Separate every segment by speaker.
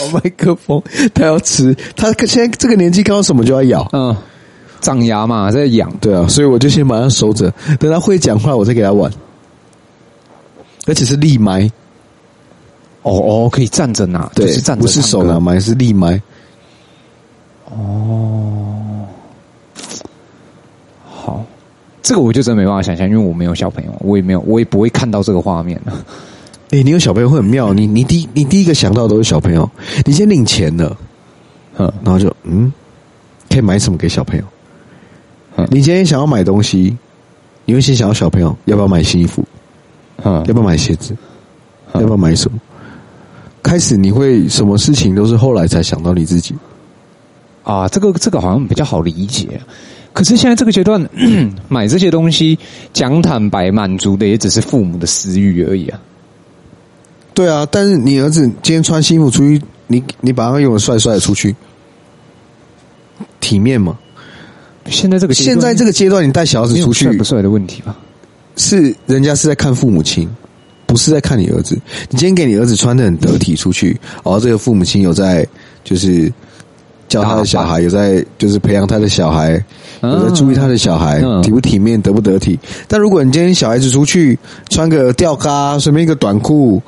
Speaker 1: 哦麦克风，他要吃，他现在这个年纪看到什么就要咬。
Speaker 2: 嗯，长牙嘛，在痒。
Speaker 1: 对啊，所以我就先把它收着，等他会讲话，我再给他玩。而且是立麦，
Speaker 2: 哦哦，可以站着拿，
Speaker 1: 对，
Speaker 2: 就是站着
Speaker 1: 不是
Speaker 2: 唱
Speaker 1: 手
Speaker 2: 歌
Speaker 1: 拿麦，是立麦。
Speaker 2: 哦好，这个我就真没办法想象，因为我没有小朋友，我也没有，我也不会看到这个画面。
Speaker 1: 诶、你有小朋友会很妙，你你第你第一个想到的都是小朋友，你先领钱了，
Speaker 2: 嗯
Speaker 1: 然后就嗯，可以买什么给小朋友？
Speaker 2: 嗯
Speaker 1: 你今天想要买东西，你会先想到小朋友要不要买新衣服，
Speaker 2: 嗯
Speaker 1: 要不要买鞋子，要
Speaker 2: 嗯
Speaker 1: 不要买什么？开始你会什么事情都是后来才想到你自己，
Speaker 2: 啊，这个这个好像比较好理解。可是现在这个阶段， 买这些东西，讲坦白，满足的也只是父母的私欲而已啊。
Speaker 1: 对啊，但是你儿子今天穿新衣服出去，你你把他用的帅帅的出去，体面嘛。
Speaker 2: 现在这个阶段
Speaker 1: 现在这个阶段，你带小孩子
Speaker 2: 没有
Speaker 1: 出去
Speaker 2: 帅不帅的问题吧？
Speaker 1: 是人家是在看父母亲，不是在看你儿子。你今天给你儿子穿的很得体出去，然后这个父母亲有在就是教他的小孩，有在就是培养他的小孩，
Speaker 2: 嗯
Speaker 1: 有在注意他的小孩
Speaker 2: 嗯
Speaker 1: 体不体面、得不得体。但如果你今天小孩子出去穿个吊嘎，随便一个短裤，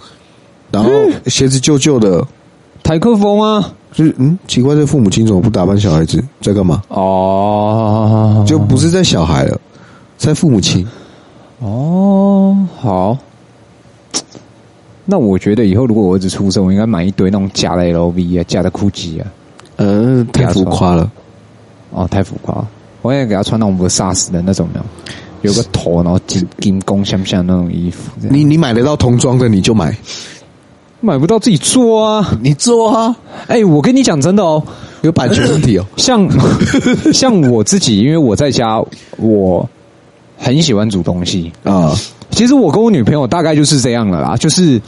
Speaker 1: 然后
Speaker 2: 嗯
Speaker 1: 鞋子旧旧的，
Speaker 2: 台客风啊，
Speaker 1: 就是嗯，奇怪，这父母亲怎么不打扮小孩子，在干嘛？
Speaker 2: 哦，
Speaker 1: 就不是在小孩了，在父母亲。
Speaker 2: 哦，好。那我觉得以后如果我儿子出生，我应该买一堆那种假的 LV 啊，假的 GUCCI 啊，
Speaker 1: 嗯，太浮夸了。
Speaker 2: 哦，太浮夸了。我也给他穿那种不杀死的那种，有没有有个头，然后金金光闪闪那种衣服。这样
Speaker 1: 你你买得到童装的你就买，
Speaker 2: 买不到自己做啊！
Speaker 1: 你做啊，
Speaker 2: 哎、我跟你讲真的哦，
Speaker 1: 有版权问题哦。
Speaker 2: 像像我自己，因为我在家，我很喜欢煮东西。
Speaker 1: 啊，
Speaker 2: 其实我跟我女朋友大概就是这样了啦，就是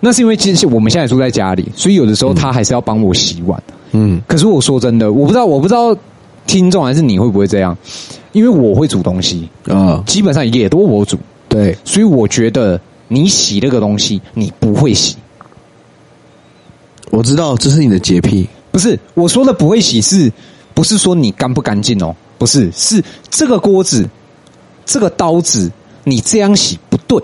Speaker 2: 那是因为其实我们现在住在家里，所以有的时候她还是要帮我洗碗。
Speaker 1: 嗯，
Speaker 2: 可是我说真的，我不知道，我不知道听众还是你会不会这样，因为我会煮东西，
Speaker 1: 啊，
Speaker 2: 基本上也都我煮。
Speaker 1: 对，
Speaker 2: 所以我觉得你洗那个东西，你不会洗。
Speaker 1: 我知道这是你的洁癖，
Speaker 2: 不是我说的不会洗是，不是说你干不干净哦？不是，是这个锅子、这个刀子，你这样洗不对。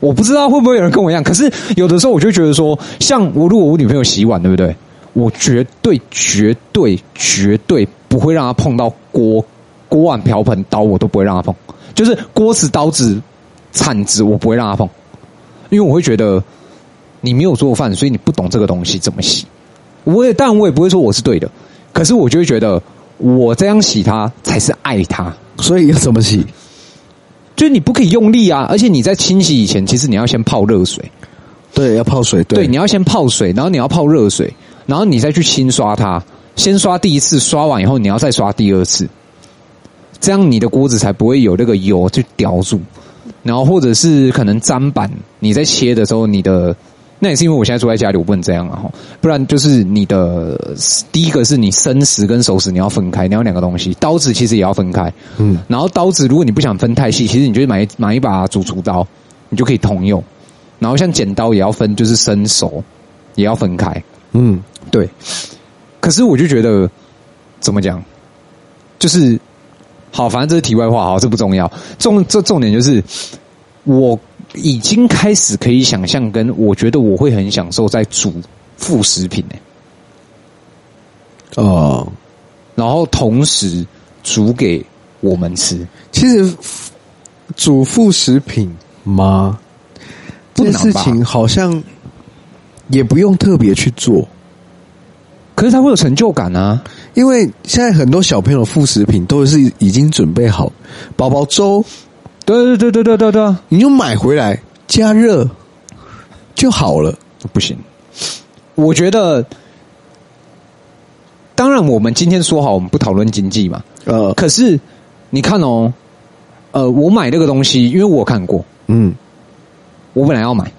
Speaker 2: 我不知道会不会有人跟我一样，可是有的时候我就觉得说，像我如果我女朋友洗碗，对不对？我绝对、绝对、绝对不会让她碰到锅、锅碗瓢盆、刀，我都不会让她碰。就是锅子、刀子、铲子，我不会让她碰，因为我会觉得你没有做饭，所以你不懂这个东西怎么洗。我也，但我也不会说我是对的，可是我就会觉得我这样洗它才是爱它。
Speaker 1: 所以要怎么洗？
Speaker 2: 就是你不可以用力啊，而且你在清洗以前，其实你要先泡热水。
Speaker 1: 对，要泡水，
Speaker 2: 对，
Speaker 1: 对，
Speaker 2: 你要先泡水，然后你要泡热水，然后你再去轻刷它。先刷第一次，刷完以后你要再刷第二次，这样你的锅子才不会有那个油去叼住。然后或者是可能砧板，你在切的时候，你的那也是因为我现在住在家里，我不能这样啊，吼不然就是你的第一个是你生食跟熟食你要分开，你要两个东西。刀子其实也要分开，
Speaker 1: 嗯，
Speaker 2: 然后刀子如果你不想分太细，其实你就买一买一把主厨刀，你就可以通用。然后像剪刀也要分，就是生熟也要分开。
Speaker 1: 嗯，
Speaker 2: 对，可是我就觉得怎么讲，就是好，反正这是题外话，好，这不重要。重这重点就是，我已经开始可以想象，跟我觉得我会很享受在煮副食品、欸、
Speaker 1: 哦，
Speaker 2: 然后同时煮给我们吃，
Speaker 1: 其实主副食品吗？
Speaker 2: 不
Speaker 1: 这
Speaker 2: 难
Speaker 1: 件
Speaker 2: 吧
Speaker 1: 事情好像也不用特别去做，
Speaker 2: 可是它会有成就感啊。
Speaker 1: 因为现在很多小朋友的副食品都是已经准备好，宝宝粥
Speaker 2: 对对对对对对啊对，
Speaker 1: 你就买回来加热就好了。
Speaker 2: 不行，我觉得。当然，我们今天说好，我们不讨论经济嘛。
Speaker 1: 呃，
Speaker 2: 可是你看哦，呃，我买那个东西，因为我看过，
Speaker 1: 嗯，
Speaker 2: 我本来要买，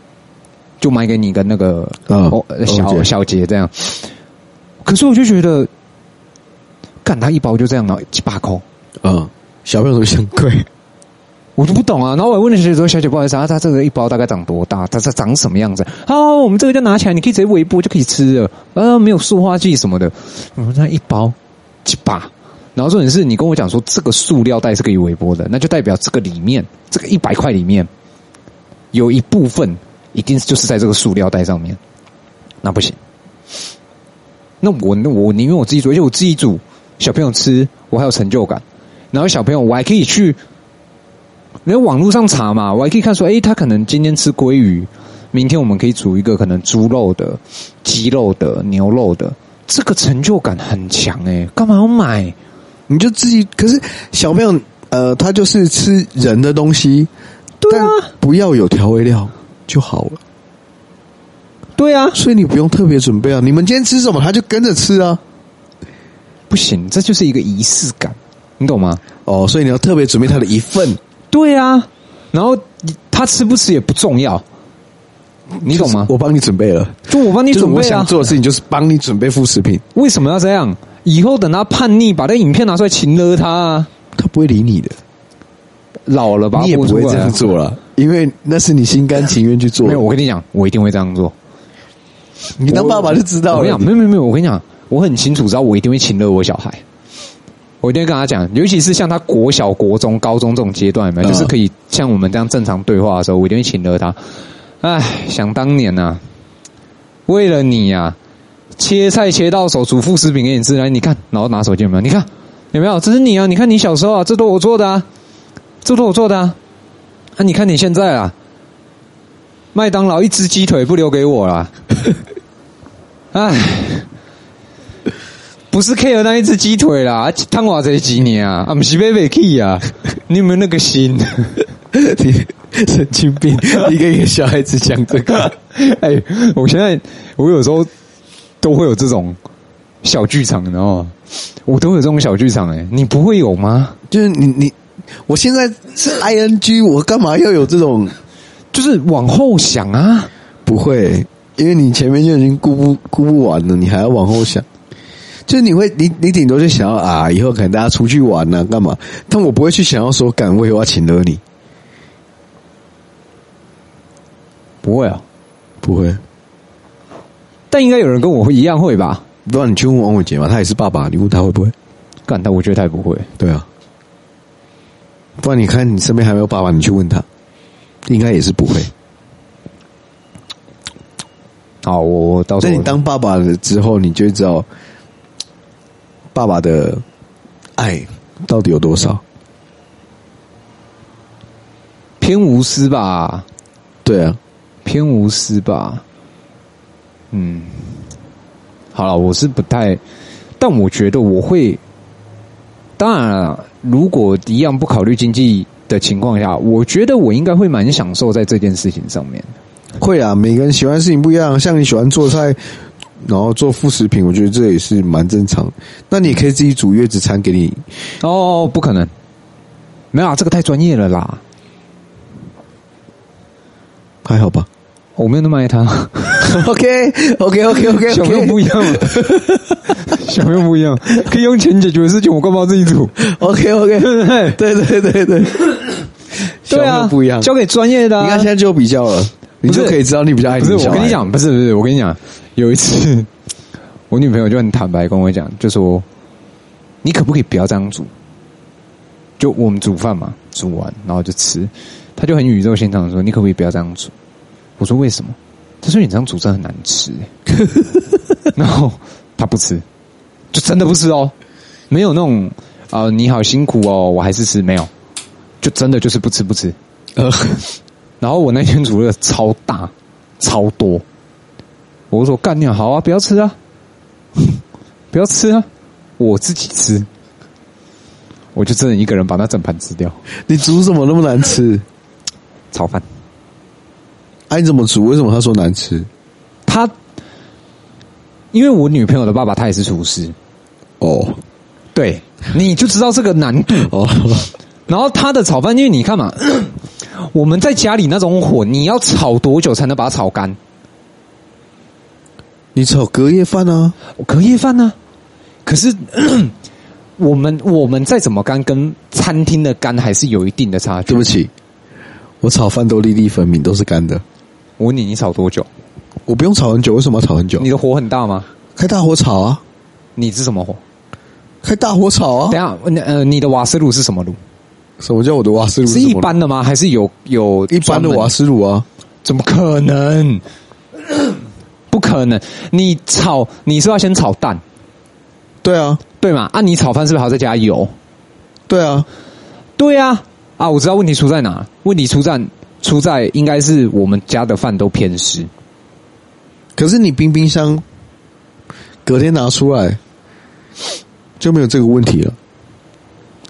Speaker 2: 就买给你跟那个、
Speaker 1: 嗯
Speaker 2: 哦呃小
Speaker 1: 欧姐
Speaker 2: 小杰这样。可是我就觉得，干他一包就这样了，七八口，
Speaker 1: 呃嗯，小朋友都嫌贵，
Speaker 2: 我就不懂啊。然后我问了小姐说：“小姐，不好意思啊，它这个一包大概长多大？它它长什么样子？”哦，我们这个就拿起来，你可以直接微波就可以吃了，呃，没有塑化剂什么的。我说那一包几把。然后重点是你跟我讲说这个塑料袋是可以微波的，那就代表这个里面这个一百块里面有一部分一定就是在这个塑料袋上面，那不行。那我那我宁愿我自己煮，而且我自己煮，小朋友吃，我还有成就感。然后小朋友，我还可以去，你在网络上查嘛，我还可以看说，诶，他可能今天吃鲑鱼，明天我们可以煮一个可能猪肉的、鸡肉的、牛肉的，这个成就感很强诶，干嘛要买？
Speaker 1: 你就自己。可是小朋友，呃，他就是吃人的东西，
Speaker 2: 对啊，
Speaker 1: 但不要有调味料就好了。
Speaker 2: 对啊，
Speaker 1: 所以你不用特别准备啊。你们今天吃什么，他就跟着吃啊。
Speaker 2: 不行，这就是一个仪式感，你懂吗？
Speaker 1: 哦，所以你要特别准备他的一份，
Speaker 2: 对啊，然后他吃不吃也不重要，你懂吗
Speaker 1: 就是？我帮你准备了，
Speaker 2: 就我帮你
Speaker 1: 就是
Speaker 2: 准
Speaker 1: 我
Speaker 2: 备
Speaker 1: 想
Speaker 2: 啊，
Speaker 1: 做的事情就是帮你准备副食品，
Speaker 2: 为什么要这样？以后等他叛逆，把那影片拿出来擒了他啊！
Speaker 1: 他不会理你的，
Speaker 2: 老了吧，
Speaker 1: 你也不
Speaker 2: 播出
Speaker 1: 会
Speaker 2: 来啊
Speaker 1: 这样做了，因为那是你心甘情愿去做
Speaker 2: 没
Speaker 1: 的
Speaker 2: 有，。我跟你讲，我一定会这样做。
Speaker 1: 你当爸爸就知
Speaker 2: 我
Speaker 1: 道
Speaker 2: 跟你
Speaker 1: 了
Speaker 2: 讲，。没有没有没有，我跟你讲，我很清楚知道，我一定会亲热我小孩。我一定会跟他讲，尤其是像他国小、国中、高中这种阶段，有没
Speaker 1: 嗯
Speaker 2: 有？就是可以像我们这样正常对话的时候，我一定会亲热他。唉，想当年呐、为了你呀、切菜切到手，煮副食品给你吃，来你看，然后拿手机有没有？你看有没有？这是你啊！你看你小时候啊，这都我做的啊，这都我做的啊。啊，你看你现在啊，麦当劳一只鸡腿不留给我啦。唉，不是 care 那一只鸡腿啦，啊汤瓦这几年啊，啊不是贝贝 key 啊， 你有没有那个心？
Speaker 1: 你神经病，你跟一个小孩子讲这个，
Speaker 2: 哎、我现在我有时候都会有这种小剧场，你知道吗？我都有这种小剧场、哎，你不会有吗？
Speaker 1: 就是你你，我现在是 ing，我干嘛要有这种？
Speaker 2: 就是往后想啊，
Speaker 1: 不会，因为你前面就已经顾不顾不完了，你还要往后想。就是你会，你你顶多就想要啊，以后可能大家出去玩呐、干嘛？但我不会去想要说，干我以后要请了你，
Speaker 2: 不会啊，
Speaker 1: 不会。
Speaker 2: 但应该有人跟我会一样会吧？
Speaker 1: 不然你去问王伟杰嘛，他也是爸爸，你问他会不会？
Speaker 2: 干，但我觉得他也不会。
Speaker 1: 对啊。不然你看你身边还没有爸爸，你去问他，应该也是不会。
Speaker 2: 好，我哦我到时
Speaker 1: 但
Speaker 2: 候
Speaker 1: 你当爸爸了之后，你就会知道爸爸的爱到底有多少。
Speaker 2: 偏无私吧，
Speaker 1: 对啊，
Speaker 2: 偏无私吧。嗯，好了，我是不太，但我觉得我会。当然了，如果一样不考虑经济的情况下，我觉得我应该会蛮享受在这件事情上面。
Speaker 1: 会啊，每个人喜欢的事情不一样。像你喜欢做菜，然后做副食品，我觉得这也是蛮正常。那你也可以自己煮月子餐给你，
Speaker 2: 哦，不可能，没有、啊、这个太专业了啦，
Speaker 1: 还好吧
Speaker 2: 我没有那么爱 他。
Speaker 1: ？OK OK OK OK，
Speaker 2: 小朋友不一样，小朋友不一样，可以用钱解决的事情，我干嘛要自己煮？
Speaker 1: OK OK，
Speaker 2: 对不对？
Speaker 1: 对对对对，
Speaker 2: 对
Speaker 1: 小朋
Speaker 2: 啊，
Speaker 1: 友不一样。
Speaker 2: 交给专业的、啊。
Speaker 1: 你看现在就有比较了，你就可以知道你比较爱
Speaker 2: 不是，
Speaker 1: 你小
Speaker 2: 我
Speaker 1: 孩。
Speaker 2: 跟你，讲，不是不是，我跟你讲，有一次， 我女朋友就很坦白跟我讲，就说你可不可以不要这样煮？就我们煮饭嘛，煮完然后就吃，她就很宇宙现场地说你可不可以不要这样煮？我说为什么？她说你这样煮真的很难 吃、欸然后她不吃，就真的不吃哦，没有那种啊、呃你好辛苦哦，我还是吃没有，就真的就是不吃不吃。
Speaker 1: 呃，
Speaker 2: 然后我那天煮的超大，超多。我就说干你啊好啊，不要吃啊， 不要吃啊，我自己吃。我就真的一个人把那整盘吃掉，
Speaker 1: 你煮什么那么难吃？
Speaker 2: 炒饭。
Speaker 1: 哎，你怎么煮？为什么他说难吃？
Speaker 2: 他因为我女朋友的爸爸他也是厨师，
Speaker 1: 哦
Speaker 2: 对，你就知道这个难 度。
Speaker 1: 哦，
Speaker 2: 然后他的炒饭，因为你看嘛， 我们在家里那种火，你要炒多久才能把它炒干？
Speaker 1: 你炒隔夜饭啊？
Speaker 2: 隔夜饭呢、可是啊 我们我们再怎么干，跟餐厅的干还是有一定的差距
Speaker 1: 对。不起，我炒饭都粒粒分明，都是干的。
Speaker 2: 我问你，你炒多久？
Speaker 1: 我不用炒很久，为什么要炒很久
Speaker 2: 你？的火很大吗？
Speaker 1: 开大火炒啊，
Speaker 2: 你是什么火？
Speaker 1: 开大火炒啊
Speaker 2: 等一！下，那呃，你的瓦斯炉是什么炉？
Speaker 1: 什么叫我的瓦斯炉
Speaker 2: 是
Speaker 1: 什么
Speaker 2: 一
Speaker 1: 炉
Speaker 2: 般的吗？还是有有
Speaker 1: 一般的
Speaker 2: 专门
Speaker 1: 瓦斯炉啊？
Speaker 2: 怎么 可能？不可能！你炒你是要先炒蛋，
Speaker 1: 对啊，
Speaker 2: 对吗？啊，你炒饭是不是还要再加油？
Speaker 1: 对啊，
Speaker 2: 对啊，啊，我知道问题出在哪。问题出在出在应该是我们家的饭都偏湿，
Speaker 1: 可是你冰冰箱隔天拿出来就没有这个问 题了。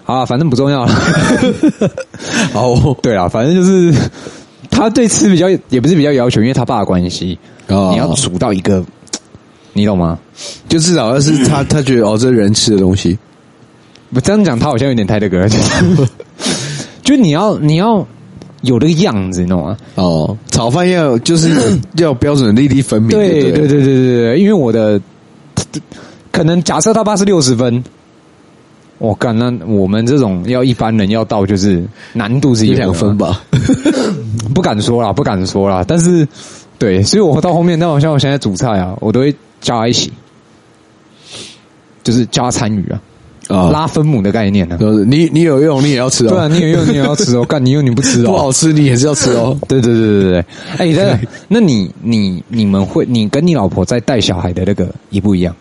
Speaker 2: 好了，反正不重要了。
Speaker 1: 哦
Speaker 2: 对啊，反正就是他对吃比较也不是比较要求，因为他爸的关系，
Speaker 1: 啊
Speaker 2: 你要煮到一个，你懂吗？
Speaker 1: 就至少要是 他他觉得哦，这是人吃的东西，
Speaker 2: 我这样讲，他好像有点太那个了，就是就你要你要有那个样子，你懂吗？
Speaker 1: 哦，炒饭要有就是要有标准的粒粒分明。
Speaker 2: 对
Speaker 1: 对
Speaker 2: 对对对对对，因为我的可能假设他爸是六十分，我干那我们这种要一般人要到就是难度是
Speaker 1: 一
Speaker 2: 有
Speaker 1: 两分
Speaker 2: 吧，
Speaker 1: 吧。
Speaker 2: 不敢说啦，不敢说啦，但是对，所以我到后面，那好像我现在煮菜啊，我都会叫他一起，就是叫他参与啊，
Speaker 1: 啊
Speaker 2: 拉分母的概念呢、啊。
Speaker 1: 就是你你有用，你也要吃哦。
Speaker 2: 对啊，你也用你也要吃哦，干你用你 不吃哦，
Speaker 1: 不好吃你也是要吃哦。
Speaker 2: 对对对对对，哎、真的， 那你你你们会，你跟你老婆在带小孩的那个一不一样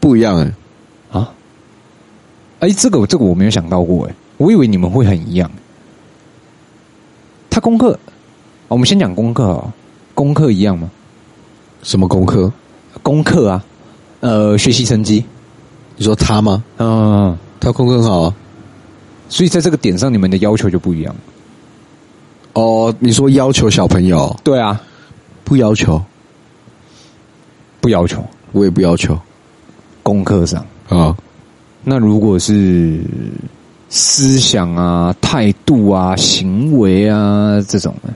Speaker 1: 不一样哎、
Speaker 2: 啊？哎、这个这个我没有想到过哎、我以为你们会很一样。他功课，哦我们先讲功课哦，功课一样吗？
Speaker 1: 什么功课？
Speaker 2: 功课啊，呃，学习成绩，
Speaker 1: 你说他吗？
Speaker 2: 嗯，
Speaker 1: 他功课很好啊。
Speaker 2: 所以在这个点上，你们的要求就不一样。
Speaker 1: 哦，你说要求小朋友
Speaker 2: 对啊，
Speaker 1: 不要求，
Speaker 2: 不要求
Speaker 1: 我也不要求
Speaker 2: 功课上，
Speaker 1: 啊。
Speaker 2: 那如果是思想啊、态度啊、行为啊这种呢，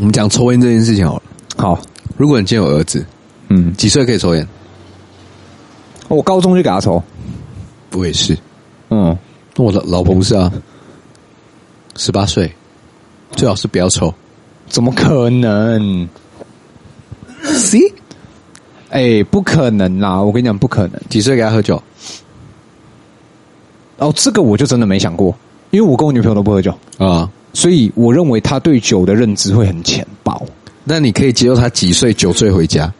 Speaker 1: 我们讲抽烟这件事情好了。
Speaker 2: 好，
Speaker 1: 如果你今天有儿子，
Speaker 2: 嗯，
Speaker 1: 几岁可以抽烟？
Speaker 2: 哦我高中就给他抽，
Speaker 1: 我也是。
Speaker 2: 嗯，
Speaker 1: 那我老老婆不是啊，十八岁，最好是不要抽。
Speaker 2: 怎么可能？
Speaker 1: C
Speaker 2: 哎、不可能啦！我跟你讲，不可能。
Speaker 1: 几岁给他喝酒？
Speaker 2: 哦，这个我就真的没想过，因为我跟我女朋友都不喝酒，
Speaker 1: 啊？
Speaker 2: 所以我认为她对酒的认知会很浅薄。
Speaker 1: 那你可以接受他几岁酒醉回家？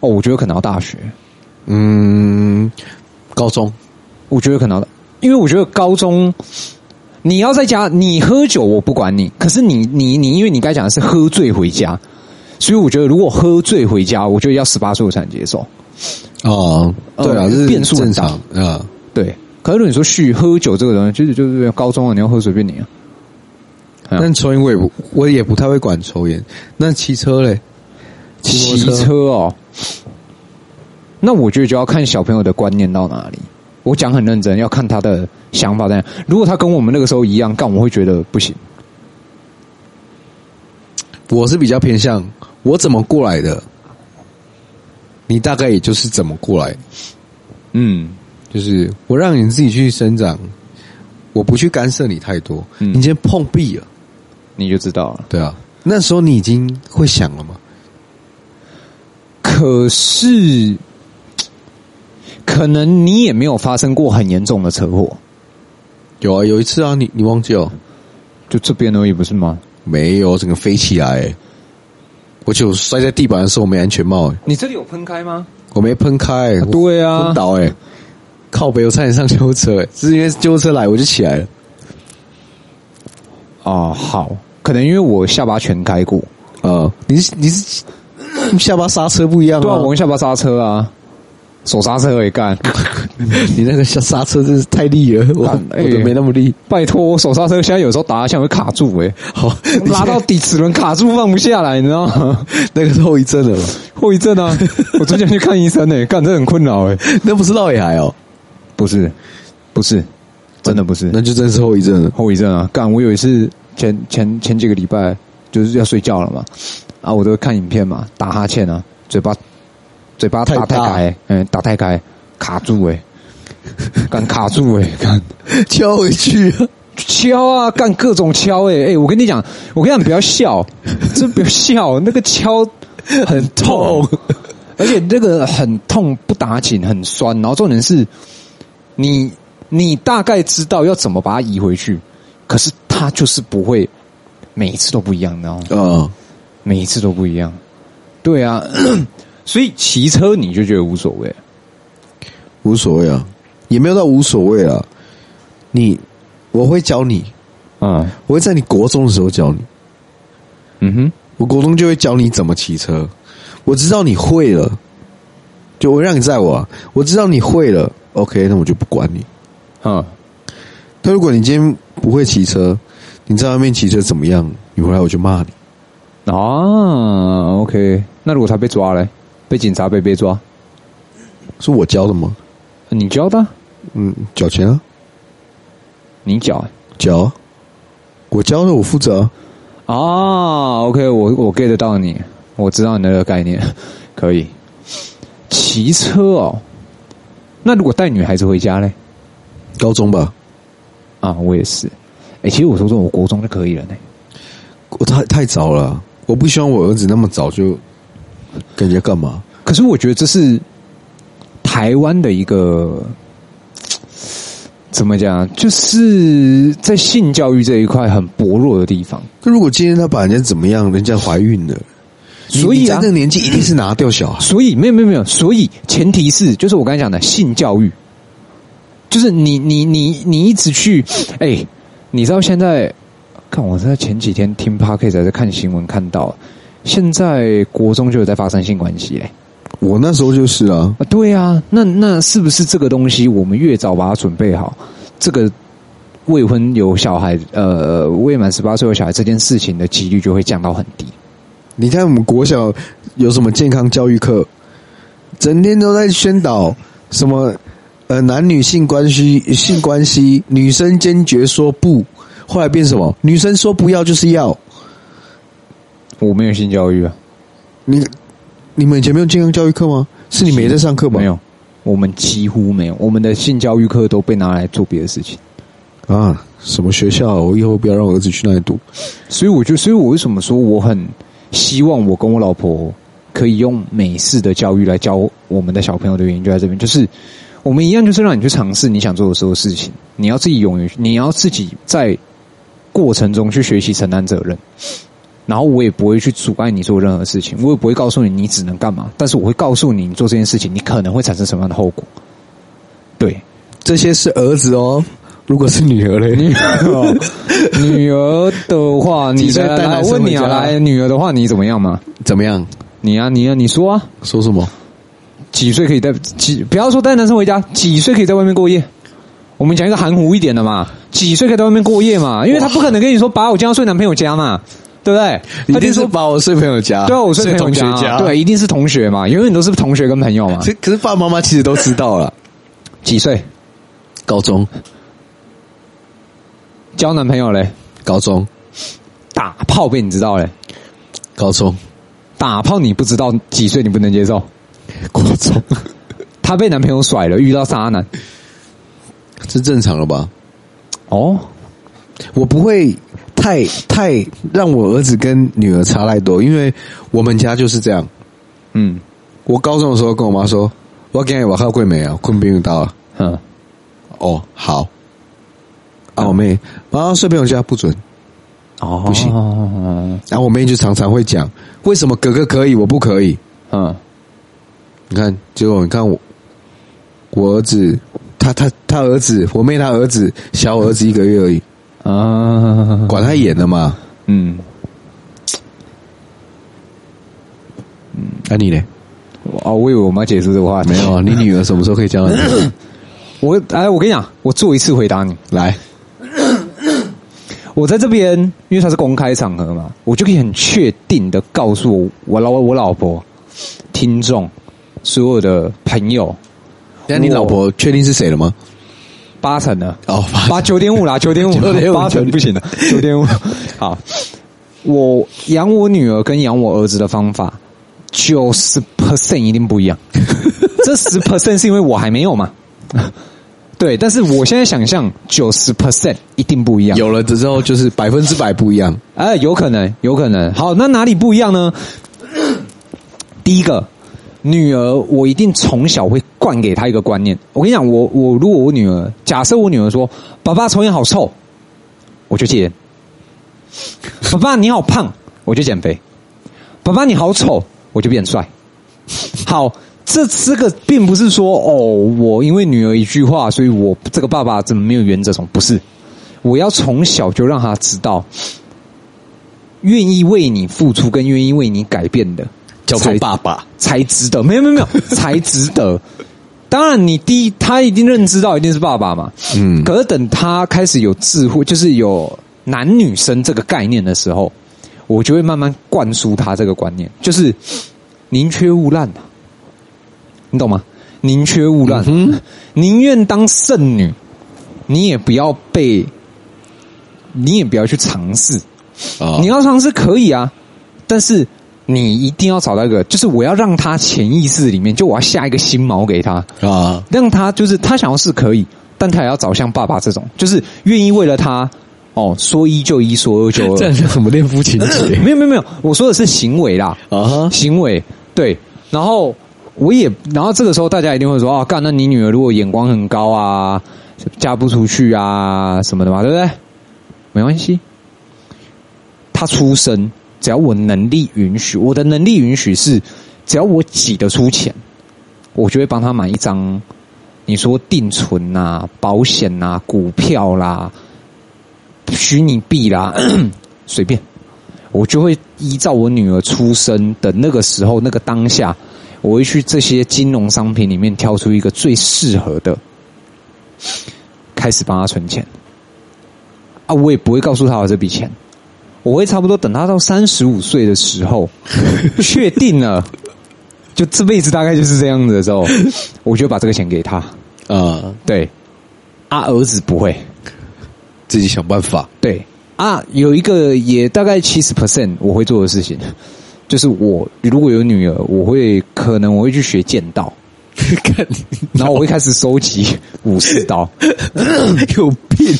Speaker 2: 哦，我觉得可能要大学，
Speaker 1: 嗯，高中
Speaker 2: 我觉得可能要，因为我觉得高中你要在家，你喝酒我不管你，可是你你你，因为你刚才讲的是喝醉回家，所以我觉得如果喝醉回家，我觉得要十八岁我才能接受。
Speaker 1: 哦，对啊，
Speaker 2: 呃
Speaker 1: 这是
Speaker 2: 变数
Speaker 1: 正
Speaker 2: 很大
Speaker 1: 常啊。
Speaker 2: 对，可是如果你说酗喝酒这个东西，就是就是高中啊，你要喝随便你啊。嗯
Speaker 1: 但抽烟我也不，我也不太会管抽烟。那骑车嘞？
Speaker 2: 骑车哦，那我觉得就要看小朋友的观念到哪里。我讲很认真，要看他的想法在哪。如果他跟我们那个时候一样，干我会觉得不行。
Speaker 1: 我是比较偏向我怎么过来的，你大概也就是怎么过来，
Speaker 2: 嗯，
Speaker 1: 就是我让你自己去生长，我不去干涉你太多。
Speaker 2: 嗯
Speaker 1: 你今天碰壁了，
Speaker 2: 你就知道了。
Speaker 1: 对啊，那时候你已经会想了嘛？
Speaker 2: 可是，可能你也没有发生过很严重的车祸，
Speaker 1: 有啊，有一次啊，你你忘记哦？
Speaker 2: 就这边而已，不是吗？
Speaker 1: 没有，整个飞起来、欸，而且我摔在地板的时候我没安全帽、欸，
Speaker 2: 你这里有喷开吗？
Speaker 1: 我没喷开、欸，我
Speaker 2: 对啊
Speaker 1: 昏，倒哎、欸，靠北，我差点上救护车哎、欸，是因为救护车来我就起来了。
Speaker 2: 哦，好，可能因为我下巴全开过，
Speaker 1: 呃，你是你是下巴刹车不一样
Speaker 2: 对啊，我用下巴刹车啊，手刹车也干，
Speaker 1: 你那个下刹车真是太力了，我
Speaker 2: 干哎
Speaker 1: 我都没那么力。
Speaker 2: 拜托，我手刹车现在有时候打一下会卡住、 欸，
Speaker 1: 好，你
Speaker 2: 拉到底齿轮卡住放不下来，你知道吗？
Speaker 1: 那个是后遗症了吧，
Speaker 2: 后遗症 啊，我最近去看医生呢、欸，干这很困扰哎、
Speaker 1: 那不是绕也还哦，
Speaker 2: 不是，不是，真的不是
Speaker 1: 那就真是后遗症了。
Speaker 2: 后遗症啊！干，我有一次前前前几个礼拜就是要睡觉了嘛，啊，我都会看影片嘛，打哈欠啊，嘴巴嘴巴
Speaker 1: 太
Speaker 2: 打太
Speaker 1: 大
Speaker 2: 开，嗯、打太开，卡住 哎、敢卡住哎、敢
Speaker 1: 敲回去啊，
Speaker 2: 敲啊，干各种敲哎、欸、哎、我跟你讲，我跟你讲，不要 笑，真不要笑，那个敲很痛，而且那个很痛，不打紧，很酸，然后重点是，你你大概知道要怎么把它移回去，可是它就是不会，每一次都不一样，你知道吗？
Speaker 1: 嗯，
Speaker 2: 每一次都不一样，对啊， 所以骑车你就觉得无所谓，
Speaker 1: 无所谓啊，也没有到无所谓啊。你，我会教你，
Speaker 2: 嗯
Speaker 1: 我会在你国中的时候教你，
Speaker 2: 嗯哼，
Speaker 1: 我国中就会教你怎么骑车。我知道你会了，就我让你载我、啊，我知道你会了，OK，那我就不管你。
Speaker 2: 嗯，
Speaker 1: 但如果你今天不会骑车，你在外面骑车怎么样？你回来我就骂你。
Speaker 2: 啊，OK，那如果他被抓嘞，被警察被被抓，
Speaker 1: 是我教的吗？
Speaker 2: 你教的啊，
Speaker 1: 嗯，缴钱啊，
Speaker 2: 你教欸
Speaker 1: 缴啊，我教的我负责啊、
Speaker 2: 啊，OK，我我 get 得到你，我知道你那个概念， 可以。骑车哦，那如果带女孩子回家嘞？
Speaker 1: 高中吧，
Speaker 2: 啊，我也是，哎、其实我说说，我国中就可以了呢。
Speaker 1: 我太太早了，我不希望我儿子那么早就跟人家干嘛。
Speaker 2: 可是我觉得这是台湾的一个怎么讲，啊就是在性教育这一块很薄弱的地方。
Speaker 1: 可如果今天他把人家怎么样，人家怀孕了，你
Speaker 2: 所以
Speaker 1: 你
Speaker 2: 啊
Speaker 1: 在那个年纪一定是拿掉小孩。
Speaker 2: 所以没有没有没有，所以前提是就是我刚才讲的性教育，就是你你你你一直去，哎、你知道现在，看我在前几天听 p o d c a s 还是看新闻看到，现在国中就有在发生性关系嘞。
Speaker 1: 我那时候就是啊，
Speaker 2: 啊，对啊，那那是不是这个东西，我们越早把它准备好，这个未婚有小孩，呃，未满十八岁有小孩这件事情的几率就会降到很低。
Speaker 1: 你看我们国小有什么健康教育课，整天都在宣导什么呃男女性关系、性关系，女生坚决说不，后来变什么？女生说不要就是要。
Speaker 2: 我没有性教育啊，
Speaker 1: 你你们以前没有健康教育课吗？是你没在上课吧？
Speaker 2: 没有，我们几乎没有，我们的性教育课都被拿来做别的事情。
Speaker 1: 啊？什么学校啊？我以后不要让我儿子去那里读。
Speaker 2: 所以我就，所以我为什么说我很希望我跟我老婆可以用美式的教育来教我们的小朋友的原因就在这边，就是我们一样就是让你去尝试你想做的所有事情，你要自己勇于，你要自己在过程中去学习承担责任。然后我也不会去阻碍你做任何事情，我也不会告诉你你只能干嘛，但是我会告诉你，你做这件事情你可能会产生什么样的后果。对，
Speaker 1: 这些是儿子哦，如果是女儿嘞，
Speaker 2: 女儿，女儿的话，你
Speaker 1: 几岁
Speaker 2: 的
Speaker 1: 带
Speaker 2: 来
Speaker 1: 男生
Speaker 2: 问你啊，
Speaker 1: 回家
Speaker 2: 来女儿的话，你怎么样嘛？
Speaker 1: 怎么样？
Speaker 2: 你啊，你啊，你说啊，
Speaker 1: 说什么？
Speaker 2: 几岁可以带几？不要说带男生回家，几岁可以在外面过夜？我们讲一个含糊一点的嘛，几岁可以在外面过夜嘛？因为他不可能跟你说把我今天要睡男朋友家嘛，对不对？
Speaker 1: 一
Speaker 2: 他
Speaker 1: 定
Speaker 2: 就是说
Speaker 1: 把我睡朋友家，
Speaker 2: 对啊，我睡朋友
Speaker 1: 同学
Speaker 2: 啊
Speaker 1: 家，
Speaker 2: 对，一啊定是同学嘛，永远都是同学跟 朋友嘛。
Speaker 1: 可可是爸爸妈妈其实都知道了，
Speaker 2: 几岁
Speaker 1: 高中，
Speaker 2: 交男朋友嘞？
Speaker 1: 高中，
Speaker 2: 打炮被你知道嘞？
Speaker 1: 高中，
Speaker 2: 打炮你不知道几岁你不能接受？
Speaker 1: 国中，
Speaker 2: 她被男朋友甩了，遇到渣男。
Speaker 1: 这正常了吧？
Speaker 2: 哦，
Speaker 1: 我不会太太让我儿子跟女儿差太多，因为我们家就是这样。
Speaker 2: 嗯
Speaker 1: 我高中的时候跟我妈说，我今天我喝桂梅啊，困不用到了。
Speaker 2: 嗯，
Speaker 1: 哦，好。啊，我妹，然后睡朋友家不准。
Speaker 2: 哦，
Speaker 1: 不行
Speaker 2: 行，嗯
Speaker 1: 然后我妹就常常会讲，为什么哥哥可以，我不可以？
Speaker 2: 嗯，
Speaker 1: 你看，结果你看我，我儿子，他他他儿子，我妹他儿子，小我儿子一个月而已，
Speaker 2: 啊，
Speaker 1: 管他演的嘛。
Speaker 2: 嗯，
Speaker 1: 那、啊你呢？
Speaker 2: 哦，我以为我们要结束这个话题，
Speaker 1: 没有啊，你女儿什么时候可以啊交男朋 友？
Speaker 2: 我哎，我跟你讲，我做一次回答你。
Speaker 1: 来，
Speaker 2: 我在这边，因为它是公开场合嘛，我就可以很确定的告诉我我老我老婆、听众、所有的朋友，
Speaker 1: 那你
Speaker 2: 我
Speaker 1: 老婆确定是谁了吗？
Speaker 2: 八成的
Speaker 1: 哦八成
Speaker 2: 八九点五啦，九点五，
Speaker 1: 9.5
Speaker 2: 八成不行 的，九点五。好，我养我女儿跟养我儿子的方法九十 percent 一定不 一样。这十 percent 是因为我还没有嘛？对，但是我现在想象九十 percent 一定不一样。
Speaker 1: 有了之后就是百分之百不一样。
Speaker 2: 哎，有可能，有可能。好，那哪里不一样呢？第一个，女儿，我一定从小会灌给她一个观念。我跟你讲，我我如果我女儿，假设我女儿说：“爸爸抽烟好臭”，我就戒烟；“爸爸你好胖”，我就减肥；“爸爸你好丑”，我就变帅。好，这这个并不是说哦，我因为女儿一句话，所以我这个爸爸怎么没有原则？什么不是？我要从小就让她知道，愿意为你付出跟愿意为你改变的，
Speaker 1: 叫做
Speaker 2: 才
Speaker 1: 爸爸，
Speaker 2: 才值得，没有没有没有，才值得。当然，你第一，他一定认知到一定是爸爸嘛。
Speaker 1: 嗯
Speaker 2: 可是等他开始有智慧，就是有男女生这个概念的时候，我就会慢慢灌输他这个观念，就是宁缺毋滥啊，你懂吗？宁缺毋滥，啊宁愿当剩女，你也不要被，你也不要去尝试。
Speaker 1: 啊
Speaker 2: 你要尝试可以啊，但是你一定要找到一个，就是我要让他潜意识里面，就我要下一个心锚给他，
Speaker 1: 啊，
Speaker 2: 让他就是他想要是可以，但他也要找像爸爸这种，就是愿意为了他哦，说一就一，说二就
Speaker 1: 这
Speaker 2: 二。
Speaker 1: 样叫什么恋夫情节
Speaker 2: 没有没有没有，我说的是行为啦，
Speaker 1: 啊哈？
Speaker 2: 行为对，然后我也，然后这个时候大家一定会说啊，干，那你女儿如果眼光很高啊，嫁不出去啊什么的嘛，对不对？没关系，她出生，只要我能力允许，我的能力允许是，只要我挤得出钱，我就会帮她买一张，你说定存呐、保险呐、股票啦、虚拟币啦， 随便。我就会依照我女儿出生的那个时候、那个当下，我会去这些金融商品里面挑出一个最适合的，开始帮她存钱。啊，我也不会告诉她有这笔钱，我会差不多等她到三十五岁的时候，确定了，就这辈子大概就是这样子的时候，我就把这个钱给她。
Speaker 1: 啊，
Speaker 2: 对，啊，儿子不会。
Speaker 1: 自己想办法。
Speaker 2: 对啊，有一个也大概七十 percent 我会做的事情， 就是我如果有女儿，我会可能我会去学剑道，
Speaker 1: 看你
Speaker 2: 然后我会开始收集武士刀，
Speaker 1: 有病，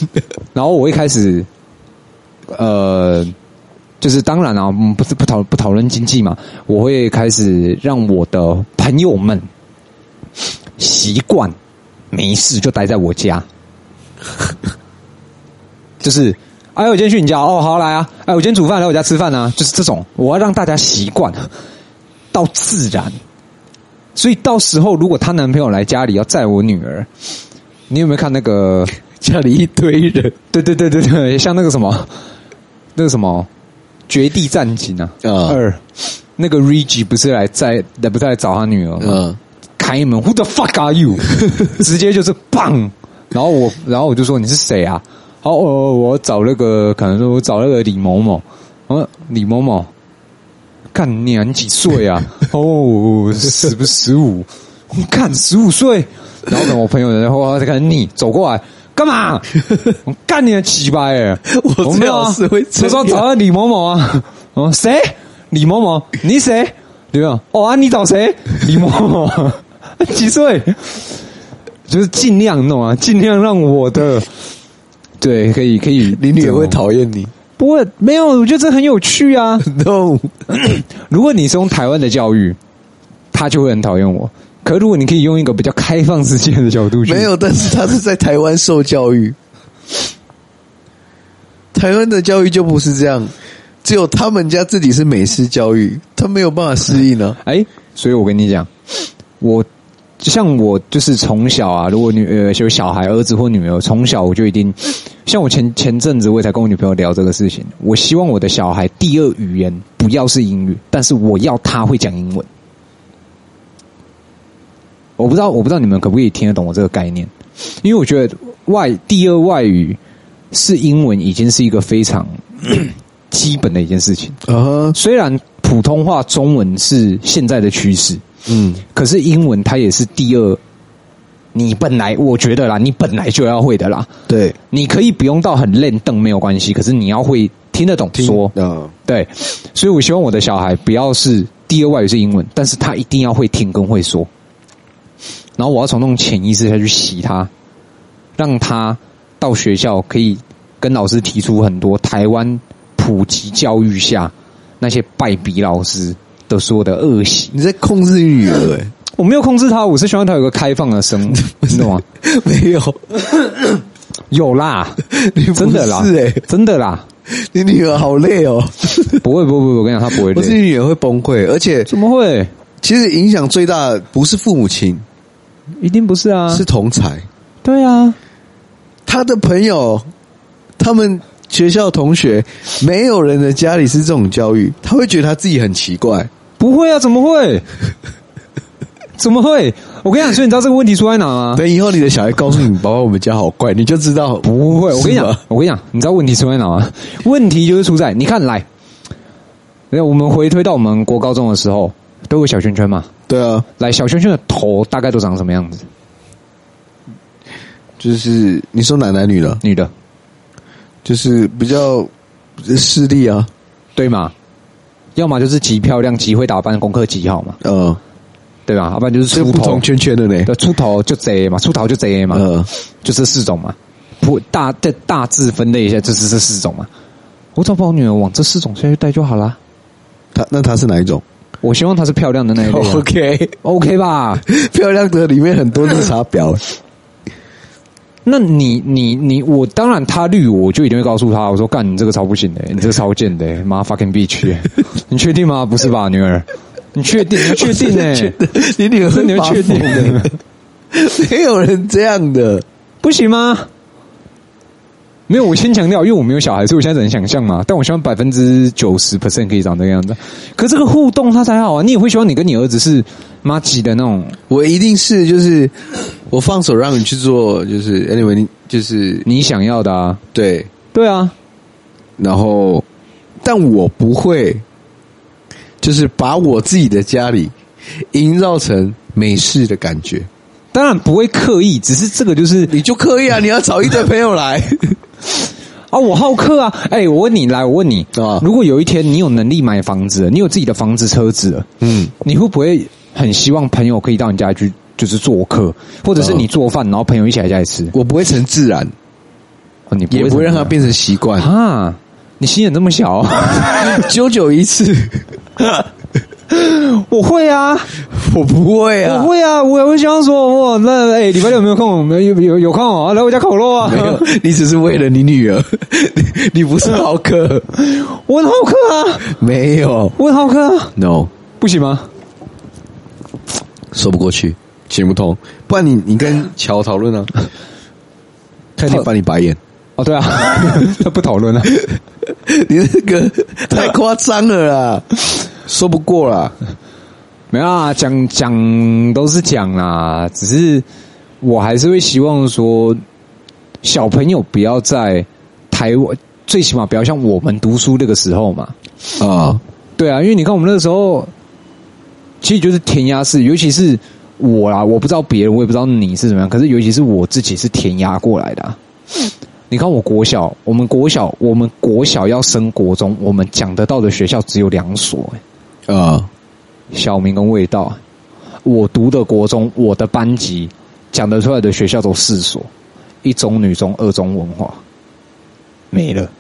Speaker 2: 然后我会开始，呃，就是当然啊，我们不是不讨不讨论经济嘛，我会开始让我的朋友们习惯没事就待在我家， 就是。哎，我今天去你家哦，好来啊！哎，我今天煮饭来我家吃饭啊，就是这种，我要让大家习惯到自然。所以到时候如果她男朋友来家里要载我女儿，你有没有看那个
Speaker 1: 家里一堆人
Speaker 2: 对对对对对，像那个什么，那个什么《绝地战警》啊，
Speaker 1: 啊
Speaker 2: 二那个 Regi 不是来在，来不是来找他女儿吗？
Speaker 1: 啊，
Speaker 2: 开门，Who the fuck are you？直接就是棒，然后我，然后我就说你是谁啊？哦，我我找那个，可能说我找那个李某某，哦，李某某，看你啊，你几岁 啊？哦，十不十五？我看十五岁，然后等我朋友，哦然后他可能你走过来。干嘛？我干你的鸡巴耶！
Speaker 1: 我
Speaker 2: 没
Speaker 1: 最
Speaker 2: 有
Speaker 1: 好
Speaker 2: 啊，
Speaker 1: 是会这
Speaker 2: 我说
Speaker 1: 样
Speaker 2: 找到李某某啊，哦，谁？李某某，你谁？对吧？哦啊，你找谁？李某某，几岁？就是尽量弄啊，尽量让我的对，可以可以，
Speaker 1: 你女儿会讨厌你。
Speaker 2: 不过没有，我觉得这很有趣啊。
Speaker 1: No，
Speaker 2: 如果你是用台湾的教育，他就会很讨厌我。可如果你可以用一个比较开放世界的角度去，
Speaker 1: 没有，但是他是在台湾受教育，台湾的教育就不是这样，只有他们家自己是美式教育，他没有办法适应啊呢、
Speaker 2: 哎，所以我跟你讲，我像我就是从小啊，如果女呃有小孩儿子或女儿，从小我就一定，像我前前阵子我也才跟我女朋友聊这个事情，我希望我的小孩第二语言不要是英语，但是我要他会讲英文。我不知道，我不知道你们可不可以听得懂我这个概念，因为我觉得外第二外语是英文，已经是一个非常 基本的一件事情。
Speaker 1: 啊。啊，
Speaker 2: 虽然普通话、中文是现在的趋势，
Speaker 1: 嗯，
Speaker 2: 可是英文它也是第二。你本来我觉得啦，你本来就要会的啦。
Speaker 1: 对，
Speaker 2: 你可以不用到很练邓没有关系，可是你要会听得懂说。
Speaker 1: 啊，
Speaker 2: 对，所以我希望我的小孩不要是第二外语是英文，但是他一定要会听跟会说。然后我要从那种潜意识下去洗他，让他到学校可以跟老师提出很多台湾普及教育下那些败笔老师的所有的恶习。
Speaker 1: 你在控制女儿、欸？
Speaker 2: 我没有控制他，我是希望他有个开放的生活，你懂吗？
Speaker 1: 没 有，
Speaker 2: 有啦，
Speaker 1: 你不
Speaker 2: 真的啦，
Speaker 1: 是欸
Speaker 2: 真的啦，
Speaker 1: 你女儿好累哦，
Speaker 2: 不会不会不会， 我跟你讲，他不会
Speaker 1: 不是你
Speaker 2: 累，
Speaker 1: 女儿会崩溃，而且
Speaker 2: 怎么会？
Speaker 1: 其实影响最大的不是父母亲，
Speaker 2: 一定不是啊，
Speaker 1: 是同才，
Speaker 2: 对啊，
Speaker 1: 他的朋友，他们学校同学，没有人的家里是这种教育，他会觉得他自己很奇怪。
Speaker 2: 不会啊，怎 么会？怎么会？我跟你讲，所以你知道这个问题出在哪吗？
Speaker 1: 等以后你的小孩告诉你，爸爸我们家好怪，你就知道
Speaker 2: 不会，我跟你
Speaker 1: 是
Speaker 2: 讲
Speaker 1: 吗，
Speaker 2: 我跟你讲，你知道问题出在哪吗？问题就是出在，你看来，那我们回推到我们国高中的时候，都有小圈圈嘛。
Speaker 1: 对啊，
Speaker 2: 来，小圈圈的头大概都长什么样子？
Speaker 1: 就是你说男男女的，
Speaker 2: 女的，
Speaker 1: 就是比较势利啊，
Speaker 2: 对吗？要么就是极漂亮、极会打扮、功课极好嘛，
Speaker 1: 嗯，
Speaker 2: 对吧？要不然就是
Speaker 1: 这
Speaker 2: 出
Speaker 1: 不
Speaker 2: 头
Speaker 1: 同，圈圈的呢，
Speaker 2: 对，出头就贼嘛，出头就贼嘛，
Speaker 1: 嗯，
Speaker 2: 就这四种嘛。不大再大致分类一下，就是这四种嘛。我找把我女儿往这四种下去带就好啦。
Speaker 1: 他那他是哪一种
Speaker 2: 我希望她是漂亮的那一类啊、
Speaker 1: ？OK，
Speaker 2: OK 吧？
Speaker 1: 漂亮的里面很多绿茶婊，
Speaker 2: 那你你你我当然他绿我就一定会告诉他，我说干你这个超不行的、你这个超贱的、妈 fucking bitch，、你确定吗？不是吧，女儿？你确定？你 确定欸呢、
Speaker 1: 欸 你女儿
Speaker 2: 真的
Speaker 1: 会
Speaker 2: 有
Speaker 1: 发
Speaker 2: 确定
Speaker 1: 疯的， 没有人这样的，
Speaker 2: 不行吗？没有，我先强调，因为我没有小孩，所以我现在只能想象嘛。但我希望百分之九十 percent 可以长这个样子。可这个互动它才好啊！你也会希望你跟你儿子是妈吉的那种，
Speaker 1: 我一定是就是我放手让你去做，就是 anyway，你就是
Speaker 2: 你想要的啊。
Speaker 1: 对，
Speaker 2: 对啊，
Speaker 1: 然后但我不会，就是把我自己的家里营造成美式的感觉。
Speaker 2: 当然不会刻意，只是这个就是
Speaker 1: 你就刻意啊！你要找一堆朋友 来
Speaker 2: 啊，我好客啊！哎、我问你，来，我问你
Speaker 1: 啊
Speaker 2: 如果有一天你有能力买房子了，你有自己的房子、车子了，
Speaker 1: 嗯，
Speaker 2: 你会不会很希望朋友可以到你家去，就是做客，或者是
Speaker 1: 啊
Speaker 2: 你做饭，然后朋友一起来家里吃？
Speaker 1: 我不会成自然，
Speaker 2: 哦你不
Speaker 1: 也不会让它
Speaker 2: 这么
Speaker 1: 变成习惯
Speaker 2: 想。啊！你心眼这么小、
Speaker 1: 久久一次，
Speaker 2: 我会啊，
Speaker 1: 我不会
Speaker 2: 我
Speaker 1: 啊，
Speaker 2: 会啊，我也会希望说，哇，那哎、礼拜六有没有空？有有有空哦，来我家烤肉啊
Speaker 1: 没！有， 你只是为了你女儿， 你你不是好客，
Speaker 2: 我很好客啊，
Speaker 1: 没有
Speaker 2: 我很好客啊，
Speaker 1: ，no，
Speaker 2: 不行吗？
Speaker 1: 说不过去，行不通。不然你你跟乔讨论啊， 他一定翻你白眼，
Speaker 2: 哦， 对啊，他不讨论 了、啊
Speaker 1: 你这个 太夸张了啦，说不过啦。
Speaker 2: 没有啊，讲讲都是讲啦，只是我还是会希望说，小朋友不要在台湾，最起码不要像我们读书那个时候嘛。
Speaker 1: 啊，
Speaker 2: 对啊，因为你看我们那个时候，其实就是填鸭式，尤其是我啦，我不知道别人，我也不知道你是怎么样，可是尤其是我自己是填鸭过来的啊、你看我国小，我们国小，我们国小要升国中，我们讲得到的学校只有两所、欸
Speaker 1: 啊，
Speaker 2: 小明跟味道。啊我读的国中，我的班级讲得出来的学校都四所：一中、女中、二中文化，没了。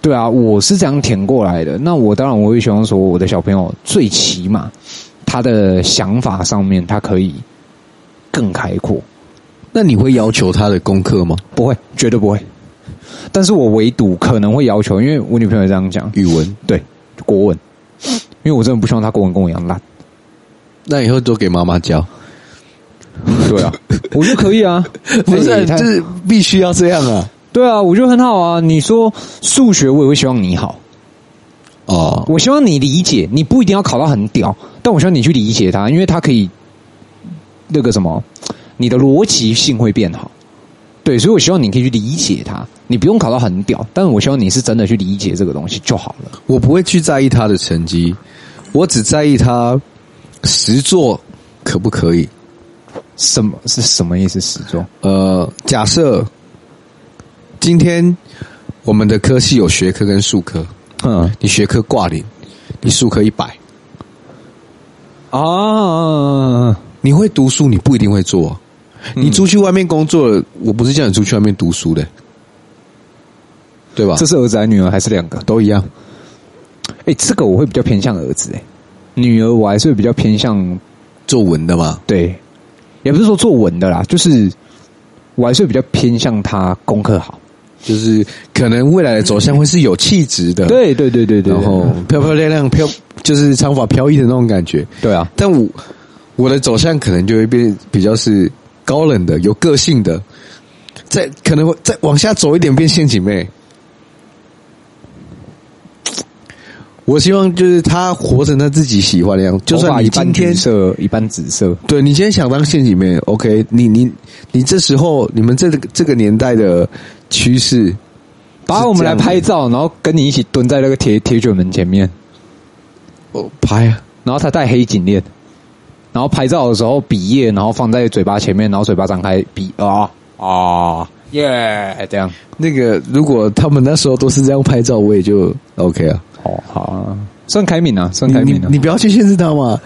Speaker 2: 对啊，我是这样填过来的。那我当然我会希望说，我的小朋友最起码他的想法上面，他可以更开阔。
Speaker 1: 那你会要求他的功课吗？
Speaker 2: 不会，绝对不会。但是我唯独可能会要求，因为我女朋友这样讲，
Speaker 1: 语文，
Speaker 2: 对国文，因为我真的不希望她国文跟我一样烂。
Speaker 1: 那以后都给妈妈教，
Speaker 2: 对啊，我觉得可以啊，
Speaker 1: 不
Speaker 2: 哎
Speaker 1: 是，
Speaker 2: 他
Speaker 1: 就是必须要这样啊。
Speaker 2: 对啊，我觉得很好啊。你说数学，我也会希望你好，
Speaker 1: 哦，
Speaker 2: 我希望你理解，你不一定要考到很屌，但我希望你去理解它，因为它可以那个什么，你的逻辑性会变好。对，所以我希望你可以去理解它，你不用考到很屌，但是我希望你是真的去理解这个东西就好了。
Speaker 1: 我不会去在意他的成绩，我只在意他实做可不可以。
Speaker 2: 什么是什么意思？始终
Speaker 1: 呃，假设今天我们的科系有学科跟数科，
Speaker 2: 嗯，
Speaker 1: 你学科挂零，你数科一百，
Speaker 2: 啊，
Speaker 1: 你会读书，你不一定会做啊。你
Speaker 2: 嗯
Speaker 1: 出去外面工作了，我不是叫你出去外面读书的，对吧？
Speaker 2: 这是儿子还是女儿还是两个？
Speaker 1: 都一样。
Speaker 2: 哎、这个我会比较偏向儿子、哎，女儿我还是会比较偏向
Speaker 1: 做文的嘛，
Speaker 2: 对，也不是说作文的啦，就是我还是会比较偏向他功课好。
Speaker 1: 就是可能未来的走向会是有气质的，，
Speaker 2: 对对对对对，
Speaker 1: 然后漂漂亮亮、飘，就是长发飘逸的那种感觉。
Speaker 2: 对啊，
Speaker 1: 但我我的走向可能就会变比较是高冷的、有个性的，再可能会再往下走一点变陷阱妹。我希望就是她活成她自己喜欢的样子，就
Speaker 2: 头发
Speaker 1: 算你
Speaker 2: 一
Speaker 1: 今
Speaker 2: 半
Speaker 1: 天
Speaker 2: 橘色一半紫色，
Speaker 1: 对你今天想当陷阱妹，OK？你你你这时候你们这个这个年代的趋势，
Speaker 2: 把我们来拍照，然后跟你一起蹲在那个铁铁卷门前面，
Speaker 1: 哦拍啊，
Speaker 2: 然后他戴黑颈链，然后拍照的时候比耶，然后放在嘴巴前面，然后嘴巴张开比啊啊耶这样。
Speaker 1: 那个如果他们那时候都是这样拍照，我也就 OK 啊。
Speaker 2: 哦，好、啊，算开明啊，算
Speaker 1: 你
Speaker 2: 开
Speaker 1: 你
Speaker 2: 明啊。
Speaker 1: 你不要去限制他 嘛，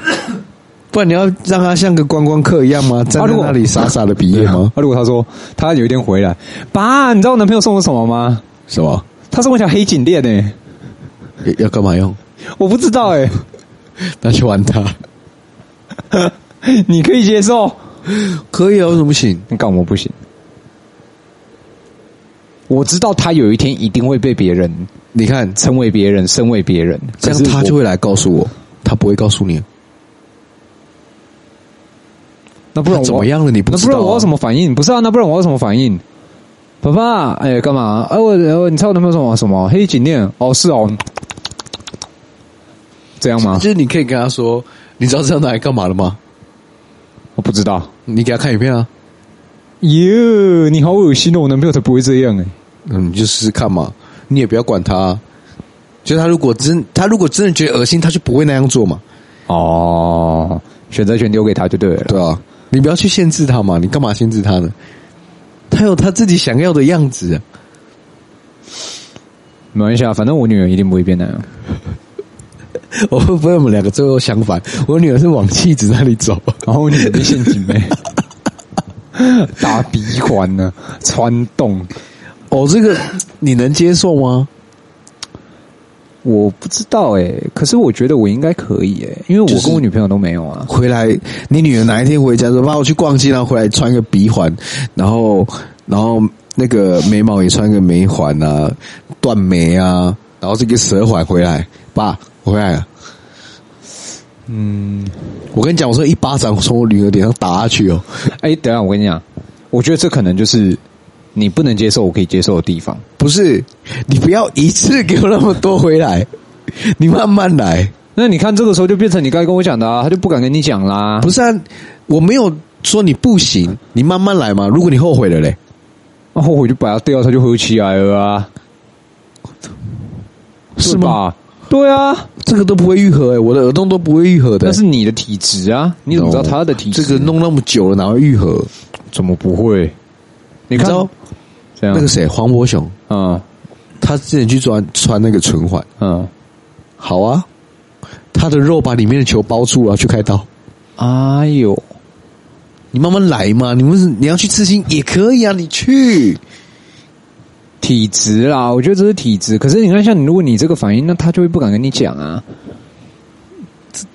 Speaker 1: 不然你要让他像个观光客一样吗？站在
Speaker 2: 如果
Speaker 1: 那里傻傻的毕业吗？
Speaker 2: 啊，如果他说他有一天回来，爸，你知道我男朋友送我什么吗？
Speaker 1: 什么？
Speaker 2: 他送我一条黑颈链诶，
Speaker 1: 要要干嘛用？
Speaker 2: 我不知道哎诶、
Speaker 1: 那去玩他，
Speaker 2: 你可以接受？
Speaker 1: 可以啊，为什么不行？
Speaker 2: 你干我不行？我知道他有一天一定会被别人
Speaker 1: 你看
Speaker 2: 成为别人，身为别人，
Speaker 1: 这样
Speaker 2: 可是
Speaker 1: 他
Speaker 2: 我
Speaker 1: 就会来告诉我，他不会告诉你，
Speaker 2: 那不然
Speaker 1: 他
Speaker 2: 我
Speaker 1: 怎么样了你不
Speaker 2: 那
Speaker 1: 知
Speaker 2: 不
Speaker 1: 道啊
Speaker 2: 然我有什么反应？不是啊，那不然我有什么反应？爸爸，哎、干嘛？哎、我我你猜我男朋友什么什么黑颈链？哦，是哦，这样吗
Speaker 1: 就？是你可以跟他说，你知道这样拿来干嘛了吗？
Speaker 2: 我不知道。
Speaker 1: 你给他看影片啊，
Speaker 2: 哟，你好恶心哦！我男朋友才不会这样哎、
Speaker 1: 嗯，你就试试看嘛，你也不要管他啊、就是他如果真他如果真的觉得恶心，他就不会那样做嘛，
Speaker 2: 哦，选择权留给他就对了。
Speaker 1: 对啊，你不要去限制他嘛，你干嘛限制他呢？他有他自己想要的样子、啊。
Speaker 2: 没关系啊，反正我女儿一定不 会变那样。
Speaker 1: 我会不会我们两个最后相反？我女儿是往气质那里走，
Speaker 2: 然后我女儿被陷阱妹， 打鼻环呢，穿洞，
Speaker 1: 哦，这个你能接受吗？
Speaker 2: 我不知道哎、可是我觉得我应该可以哎、因为我跟我女朋友都没有 啊。
Speaker 1: 回来，你女儿哪一天回家说：“爸，我去逛街，然后回来穿个鼻环，然后，然后那个眉毛也穿个眉环啊，断眉啊，然后这个蛇环回来，爸，我回来了。”嗯，我跟你讲，我说一巴掌从我女儿脸上打下去哦。
Speaker 2: 哎、等一下我跟你讲，我觉得这可能就是你不能接受，我可以接受的地方。
Speaker 1: 不是，你不要一次给我那么多回来，你慢慢来。
Speaker 2: 那你看这个时候就变成你刚才跟我讲的啊，他就不敢跟你讲啦。
Speaker 1: 不是啊，我没有说你不行，你慢慢来嘛。如果你后悔了嘞，
Speaker 2: 然哦后我就把它掉，它就合起来了啊，
Speaker 1: 是
Speaker 2: 对
Speaker 1: 吗？
Speaker 2: 吧？对啊，
Speaker 1: 这个都不会愈合、欸，我的耳洞都不会愈合的、
Speaker 2: 那是你的体质啊，你怎么知道他的体质？
Speaker 1: 这个弄那么久了，哪会愈合？
Speaker 2: 怎么不会？
Speaker 1: 你
Speaker 2: 你看
Speaker 1: 知道
Speaker 2: 这样
Speaker 1: 那个谁黄渤雄，
Speaker 2: 嗯
Speaker 1: 他之前去穿穿那个唇环，
Speaker 2: 嗯
Speaker 1: 好啊，他的肉把里面的球包住了，去开刀。
Speaker 2: 哎呦，
Speaker 1: 你慢慢来嘛，你们是你要去刺青也可以啊，你去。
Speaker 2: 体质啦，我觉得这是体质。可是你看，像你如果你这个反应，那他就会不敢跟你讲啊。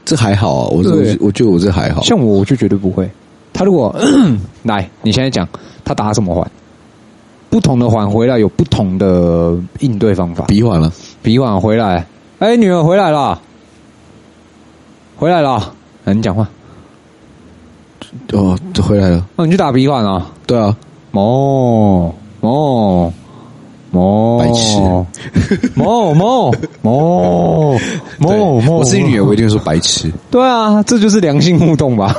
Speaker 1: 这还好啊，我这我
Speaker 2: 对
Speaker 1: 是我觉得我这还好。
Speaker 2: 像我，我就绝对不会。他如果 来，你现在讲他打什么环？不同的环回来有不同的应对方法。
Speaker 1: 鼻环了，
Speaker 2: 比晚回来，哎、女儿回来了，回来了，哎你讲话，
Speaker 1: 哦，这回来了，
Speaker 2: 那、你去打比晚啊，
Speaker 1: 对啊，
Speaker 2: 某某某，
Speaker 1: 白痴，
Speaker 2: 某某某某
Speaker 1: 对
Speaker 2: 某，
Speaker 1: 我自己女儿，我一定会说白痴。
Speaker 2: 对啊，这就是良性互动吧，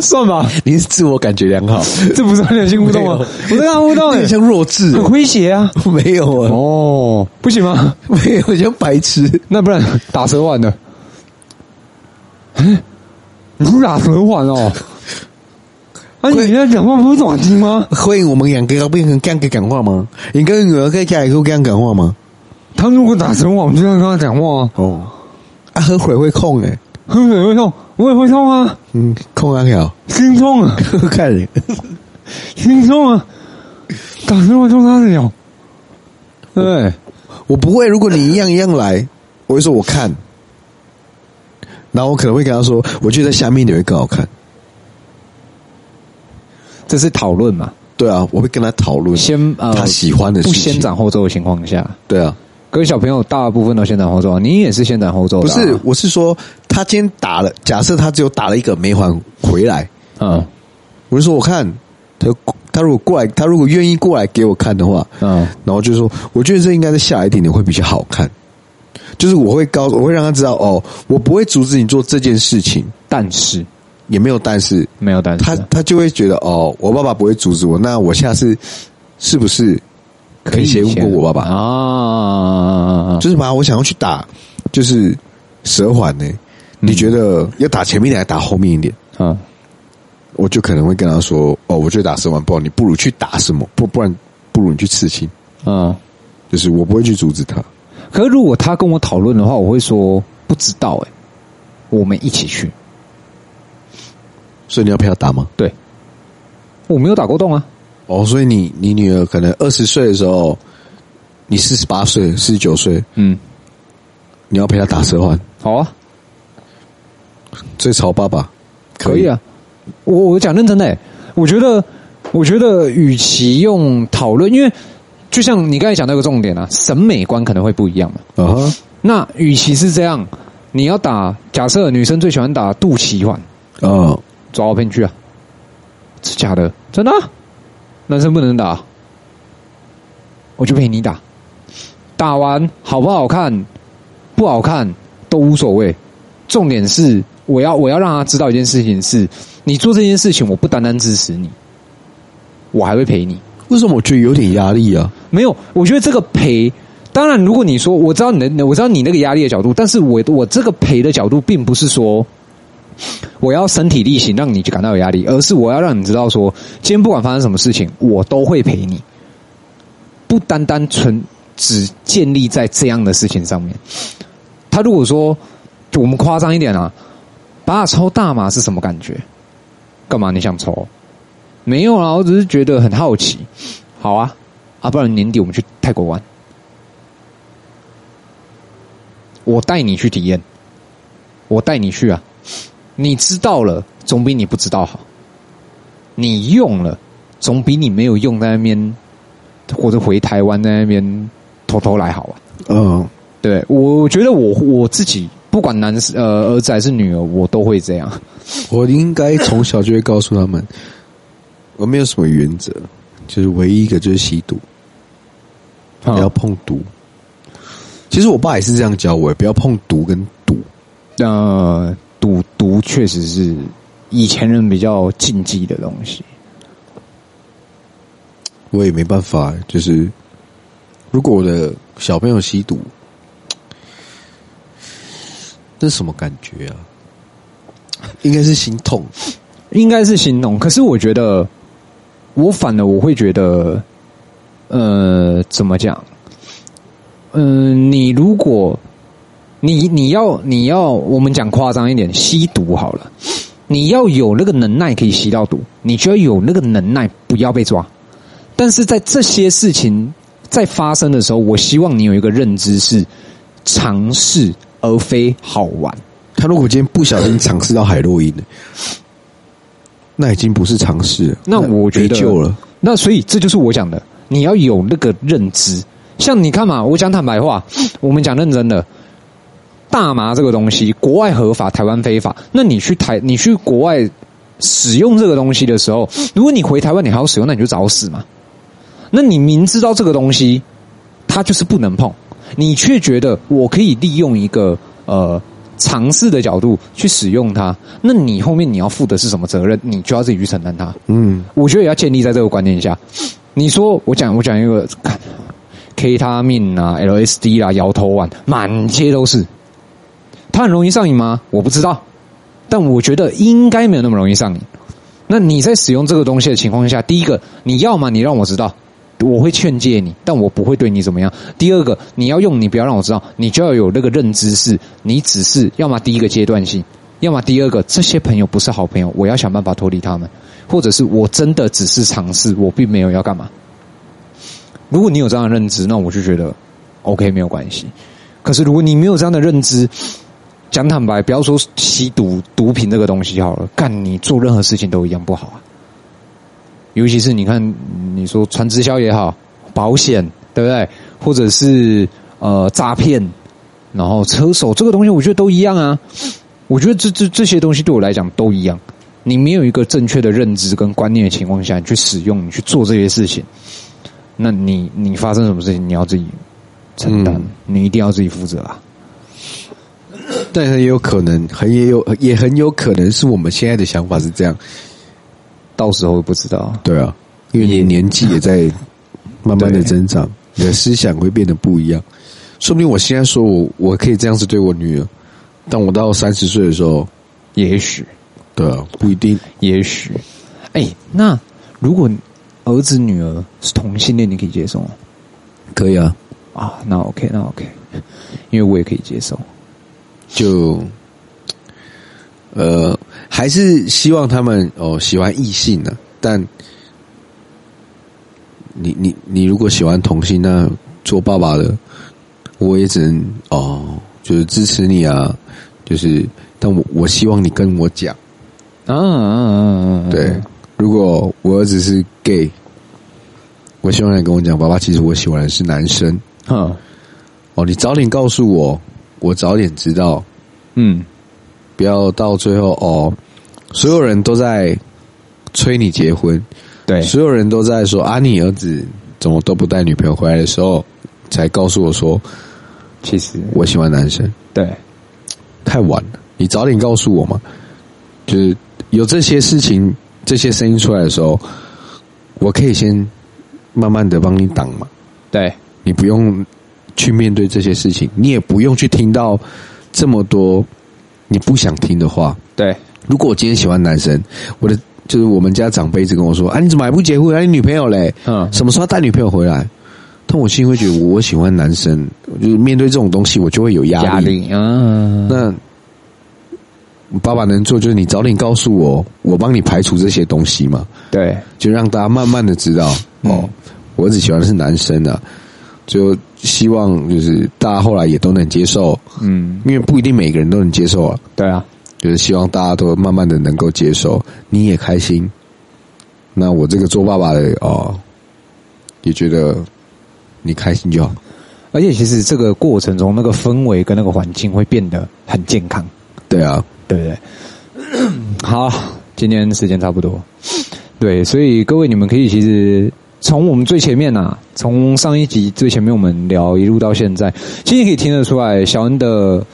Speaker 2: 算吧，
Speaker 1: 你是自我感觉良好，
Speaker 2: 这不算良性互动
Speaker 1: 没有
Speaker 2: 啊，我在跟他互动、
Speaker 1: 有
Speaker 2: 欸
Speaker 1: 点，像弱智
Speaker 2: 很
Speaker 1: 哦，
Speaker 2: 诙谐啊，
Speaker 1: 没有啊，
Speaker 2: 哦，不行吗？
Speaker 1: 没有像白痴。
Speaker 2: 那不然打蛇丸的？哎 你不打蛇丸哦？啊，你
Speaker 1: 会
Speaker 2: 现在讲话不是暖听吗？
Speaker 1: 会我们两个要变成这样个讲话吗？你跟女儿在家里会这样讲话吗？
Speaker 2: 他他如果打成我，我就要跟他讲话啊。
Speaker 1: 哦，啊，喝水会痛哎、
Speaker 2: 喝水会痛，我也会痛啊，
Speaker 1: 嗯，控安了，
Speaker 2: 心痛啊，
Speaker 1: 看人，
Speaker 2: 心痛啊，打成我痛他的脚。对，
Speaker 1: 我不会。如果你一样一样来，我会说我看，然后我可能会跟他说，我觉得下面你会更好看。
Speaker 2: 这是讨论嘛，
Speaker 1: 对啊，我会跟他讨论，
Speaker 2: 先呃
Speaker 1: 他喜欢的事
Speaker 2: 不
Speaker 1: 情。
Speaker 2: 先斩后奏的情况下，
Speaker 1: 对啊，
Speaker 2: 可是小朋友大部分都先斩后奏啊，你也是先斩后奏
Speaker 1: 不
Speaker 2: 的啊、
Speaker 1: 是，我是说他今天打了，假设他只有打了一个没还回来，
Speaker 2: 嗯
Speaker 1: 我就说我看他，他如果过来，他如果愿意过来给我看的话，
Speaker 2: 嗯
Speaker 1: 然后就说，我觉得这应该再下来一点点会比较好看。就是我会告，我会让他知道哦，我不会阻止你做这件事情，
Speaker 2: 但是
Speaker 1: 也没有但是，啊
Speaker 2: 没有但是
Speaker 1: 他他就会觉得哦，我爸爸不会阻止我，那我下次是不是可以先啊问过我爸爸？
Speaker 2: 啊，
Speaker 1: 就是嘛，我想要去打，就是蛇环呢、你觉得要打前面一点，还是打后面一点？
Speaker 2: 嗯
Speaker 1: 我就可能会跟他说，哦，我觉得打蛇丸不好，你不如去打什么，不不然不如你去刺青，
Speaker 2: 嗯。
Speaker 1: 就是我不会去阻止他。
Speaker 2: 可是如果他跟我讨论的话，我会说不知道哎、我们一起去。
Speaker 1: 所以你要陪他打吗？
Speaker 2: 对，我没有打过洞啊，
Speaker 1: 哦，所以你你女儿可能二十岁的时候，你四十八岁、四十九岁，
Speaker 2: 嗯，
Speaker 1: 你要陪她打蛇丸，
Speaker 2: 好啊，
Speaker 1: 最潮爸爸
Speaker 2: 可以，啊。我我讲认真的、欸，我觉得我觉得与其用讨论，因为就像你刚才讲到一个重点啊，审美观可能会不一样嘛。
Speaker 1: 啊哈，
Speaker 2: 那与其是这样，你要打，假设女生最喜欢打肚脐环，
Speaker 1: 嗯，
Speaker 2: 抓我骗去啊？是假的，真的啊、男生不能打，啊我就陪你打。打完好不好看，不好看都无所谓。重点是，我要我要让他知道一件事情是：你做这件事情，我不单单支持你，我还会陪你。
Speaker 1: 为什么我觉得有点压力啊？
Speaker 2: 没有，我觉得这个陪，当然，如果你说我知道你的，我知道你那个压力的角度，但是我我这个陪的角度，并不是说我要身体力行让你感到有压力，而是我要让你知道说，今天不管发生什么事情，我都会陪你，不单单纯只建立在这样的事情上面。他如果说我们夸张一点啊，把他抽大麻是什么感觉？干嘛你想抽？没有啊，我只是觉得很好奇。好啊，啊，不然年底我们去泰国玩，我带你去体验，我带你去啊，你知道了总比你不知道好，你用了总比你没有用在那边或者回台湾在那边偷偷来好啊。
Speaker 1: 嗯，
Speaker 2: 对，我我觉得我我自己不管男是呃儿子还是女儿，我都会这样。
Speaker 1: 我应该从小就会告诉他们，我没有什么原则，就是唯一一个就是吸毒，不要
Speaker 2: 嗯
Speaker 1: 碰毒。其实我爸也是这样教我，不要碰毒跟赌。
Speaker 2: 呃，赌毒确实是以前人比较禁忌的东西。
Speaker 1: 我也没办法，就是如果我的小朋友吸毒，那什么感觉啊？应该是心痛。
Speaker 2: 应该是形容，可是我觉得，我反而我会觉得，呃，怎么讲？嗯、你如果你你要你要，我们讲夸张一点，吸毒好了，你要有那个能耐可以吸到毒，你就要有那个能耐不要被抓。但是在这些事情在发生的时候，我希望你有一个认知是尝试而非好玩。
Speaker 1: 他如果今天不小心尝试到海洛因了，那已经不是尝试了，
Speaker 2: 那我觉得
Speaker 1: 没救了。
Speaker 2: 那所以这就是我讲的，你要有那个认知。像你看嘛，我讲坦白话，我们讲认真的，大麻这个东西，国外合法，台湾非法。那你去台，你去国外使用这个东西的时候，如果你回台湾你还要使用，那你就找死嘛。那你明知道这个东西它就是不能碰，你却觉得我可以利用一个呃尝试的角度去使用它，那你后面你要负的是什么责任，你就要自己去承担它。
Speaker 1: 嗯，
Speaker 2: 我觉得也要建立在这个观念下。你说我讲我讲一个看 K 他命啊、LSD 啦、摇头丸，满街都是。它很容易上瘾吗？我不知道，但我觉得应该没有那么容易上瘾。那你在使用这个东西的情况下，第一个，你要么你让我知道，我会劝诫你，但我不会对你怎么样。第二个，你要用，你不要让我知道，你就要有那个认知是，你只是要么第一个阶段性，要么第二个，这些朋友不是好朋友，我要想办法脱离他们，或者是我真的只是尝试，我并没有要干嘛。如果你有这样的认知，那我就觉得 OK 没有关系。可是如果你没有这样的认知，讲坦白，不要说吸毒、毒品这个东西好了，干你做任何事情都一样不好啊。尤其是你看，你说传直销也好，保险对不对？或者是呃诈骗，然后车手这个东西，我觉得都一样啊。我觉得这这这些东西对我来讲都一样。啊你没有一个正确的认知跟观念的情况下，你去使用，你去做这些事情，那你你发生什么事情，你要自己承担，
Speaker 1: 嗯
Speaker 2: 你一定要自己负责啊。
Speaker 1: 但很有可能，很也有也很有可能是我们现在的想法是这样，
Speaker 2: 到时候不知道，
Speaker 1: 对啊，因为你的年纪也在慢慢的
Speaker 2: 对
Speaker 1: 增长，你的思想会变得不一样。说不定我现在说我我可以这样子对我女儿，但我到三十岁的时候，
Speaker 2: 也许
Speaker 1: 对啊，不一定。
Speaker 2: 也许，哎、那如果儿子女儿是同性恋，你可以接受吗？
Speaker 1: 可以啊，
Speaker 2: 啊，那 OK，那 OK，因为我也可以接受。
Speaker 1: 就呃，还是希望他们哦喜欢异性的、但你你你如果喜欢同性，那做爸爸的我也只能哦，就是支持你啊，就是，但我我希望你跟我讲，
Speaker 2: 啊啊啊！啊
Speaker 1: 对，，如果我儿子是 gay，我希望你跟我讲，爸爸，其实我喜欢的是男生
Speaker 2: 哼，
Speaker 1: 哦，你早点告诉我，我早点知道，
Speaker 2: 嗯，
Speaker 1: 不要到最后哦，所有人都在催你结婚，
Speaker 2: 对，
Speaker 1: 所有人都在说啊，你儿子怎么都不带女朋友回来的时候，才告诉我说
Speaker 2: 其实
Speaker 1: 我喜欢男生，
Speaker 2: 对，
Speaker 1: 太晚了，你早点告诉我嘛。就是有这些事情、这些声音出来的时候，我可以先慢慢的帮你挡嘛，
Speaker 2: 对，
Speaker 1: 你不用去面对这些事情，你也不用去听到这么多你不想听的话。
Speaker 2: 对，
Speaker 1: 如果我今天喜欢男生，我的就是我们家长辈一直跟我说：“啊，你怎么还不结婚？啊，你女朋友嘞？
Speaker 2: 嗯，
Speaker 1: 什么时候带女朋友回来？”但我心里会觉得，我喜欢男生，就是面对这种东西，我就会有压力。
Speaker 2: 压力啊，
Speaker 1: 那爸爸能做就是你早点告诉我，我帮你排除这些东西嘛，
Speaker 2: 对，
Speaker 1: 就让大家慢慢的知道哦
Speaker 2: 嗯，
Speaker 1: 我只喜欢的是男生啊。就希望就是大家后来也都能接受，
Speaker 2: 嗯，
Speaker 1: 因为不一定每个人都能接受啊。
Speaker 2: 对啊，
Speaker 1: 就是希望大家都慢慢的能够接受，你也开心。那我这个做爸爸的哦，也觉得你开心就好。
Speaker 2: 而且其实这个过程中，那个氛围跟那个环境会变得很健康，
Speaker 1: 对啊，
Speaker 2: 对不对？ 好，今天时间差不多，对，所以各位你们可以其实从我们最前面啊，从上一集最前面我们聊一路到现在，其实可以听得出来，小恩的，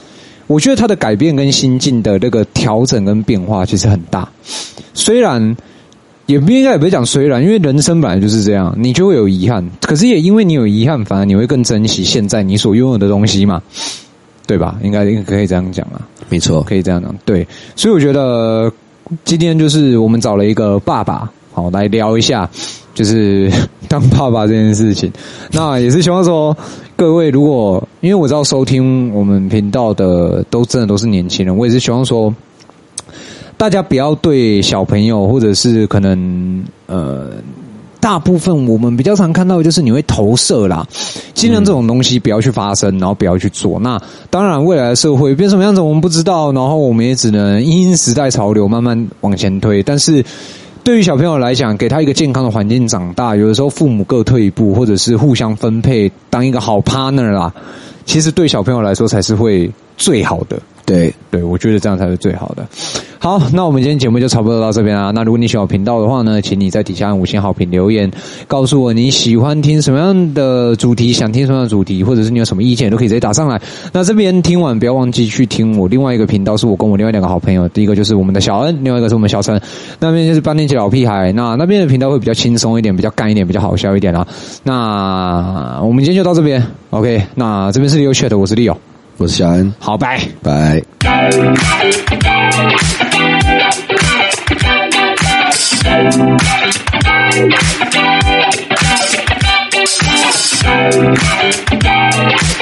Speaker 2: 我觉得他的改变跟心境的那个调整跟变化其实很大，虽然。也不应该也不是讲虽然，因为人生本来就是这样，你就会有遗憾。可是也因为你有遗憾，反而你会更珍惜现在你所拥有的东西嘛，对吧？应该应该可以这样讲啊。
Speaker 1: 没错，
Speaker 2: 可以这样讲。对，所以我觉得今天就是我们找了一个爸爸，好来聊一下，就是 当爸爸这件事情。那也是希望说各位，如果因为我知道收听我们频道的都真的都是年轻人，我也是希望说。大家不要对小朋友，或者是可能呃，大部分我们比较常看到的就是你会投射啦，尽量这种东西不要去发生，然后不要去做。那当然，未来的社会变什么样子我们不知道，然后我们也只能因应时代潮流慢慢往前推。但是对于小朋友来讲，给他一个健康的环境长大，有的时候父母各退一步，或者是互相分配，当一个好 partner 啦，其实对小朋友来说才是会最好的。
Speaker 1: 对，
Speaker 2: 对，我觉得这样才是最好的。好，那我们今天节目就差不多到这边啦。啊那如果你喜欢我频道的话呢，请你在底下按五星好评留言，告诉我你喜欢听什么样的主题，想听什么样的主题，或者是你有什么意见，都可以直接打上来。那这边听完不要忘记去听我另外一个频道，是我跟我另外两个好朋友，第一个就是我们的小恩，另外一个是我们小陈，那边就是八年级老屁孩。那那边的频道会比较轻松一点，比较干一点，比较好笑一点啦。那我们今天就到这边，OK？那这边是 Leo Chat，我是 Leo，
Speaker 1: 我是小安，
Speaker 2: 好，拜。
Speaker 1: 拜。
Speaker 3: Bye. Thank you.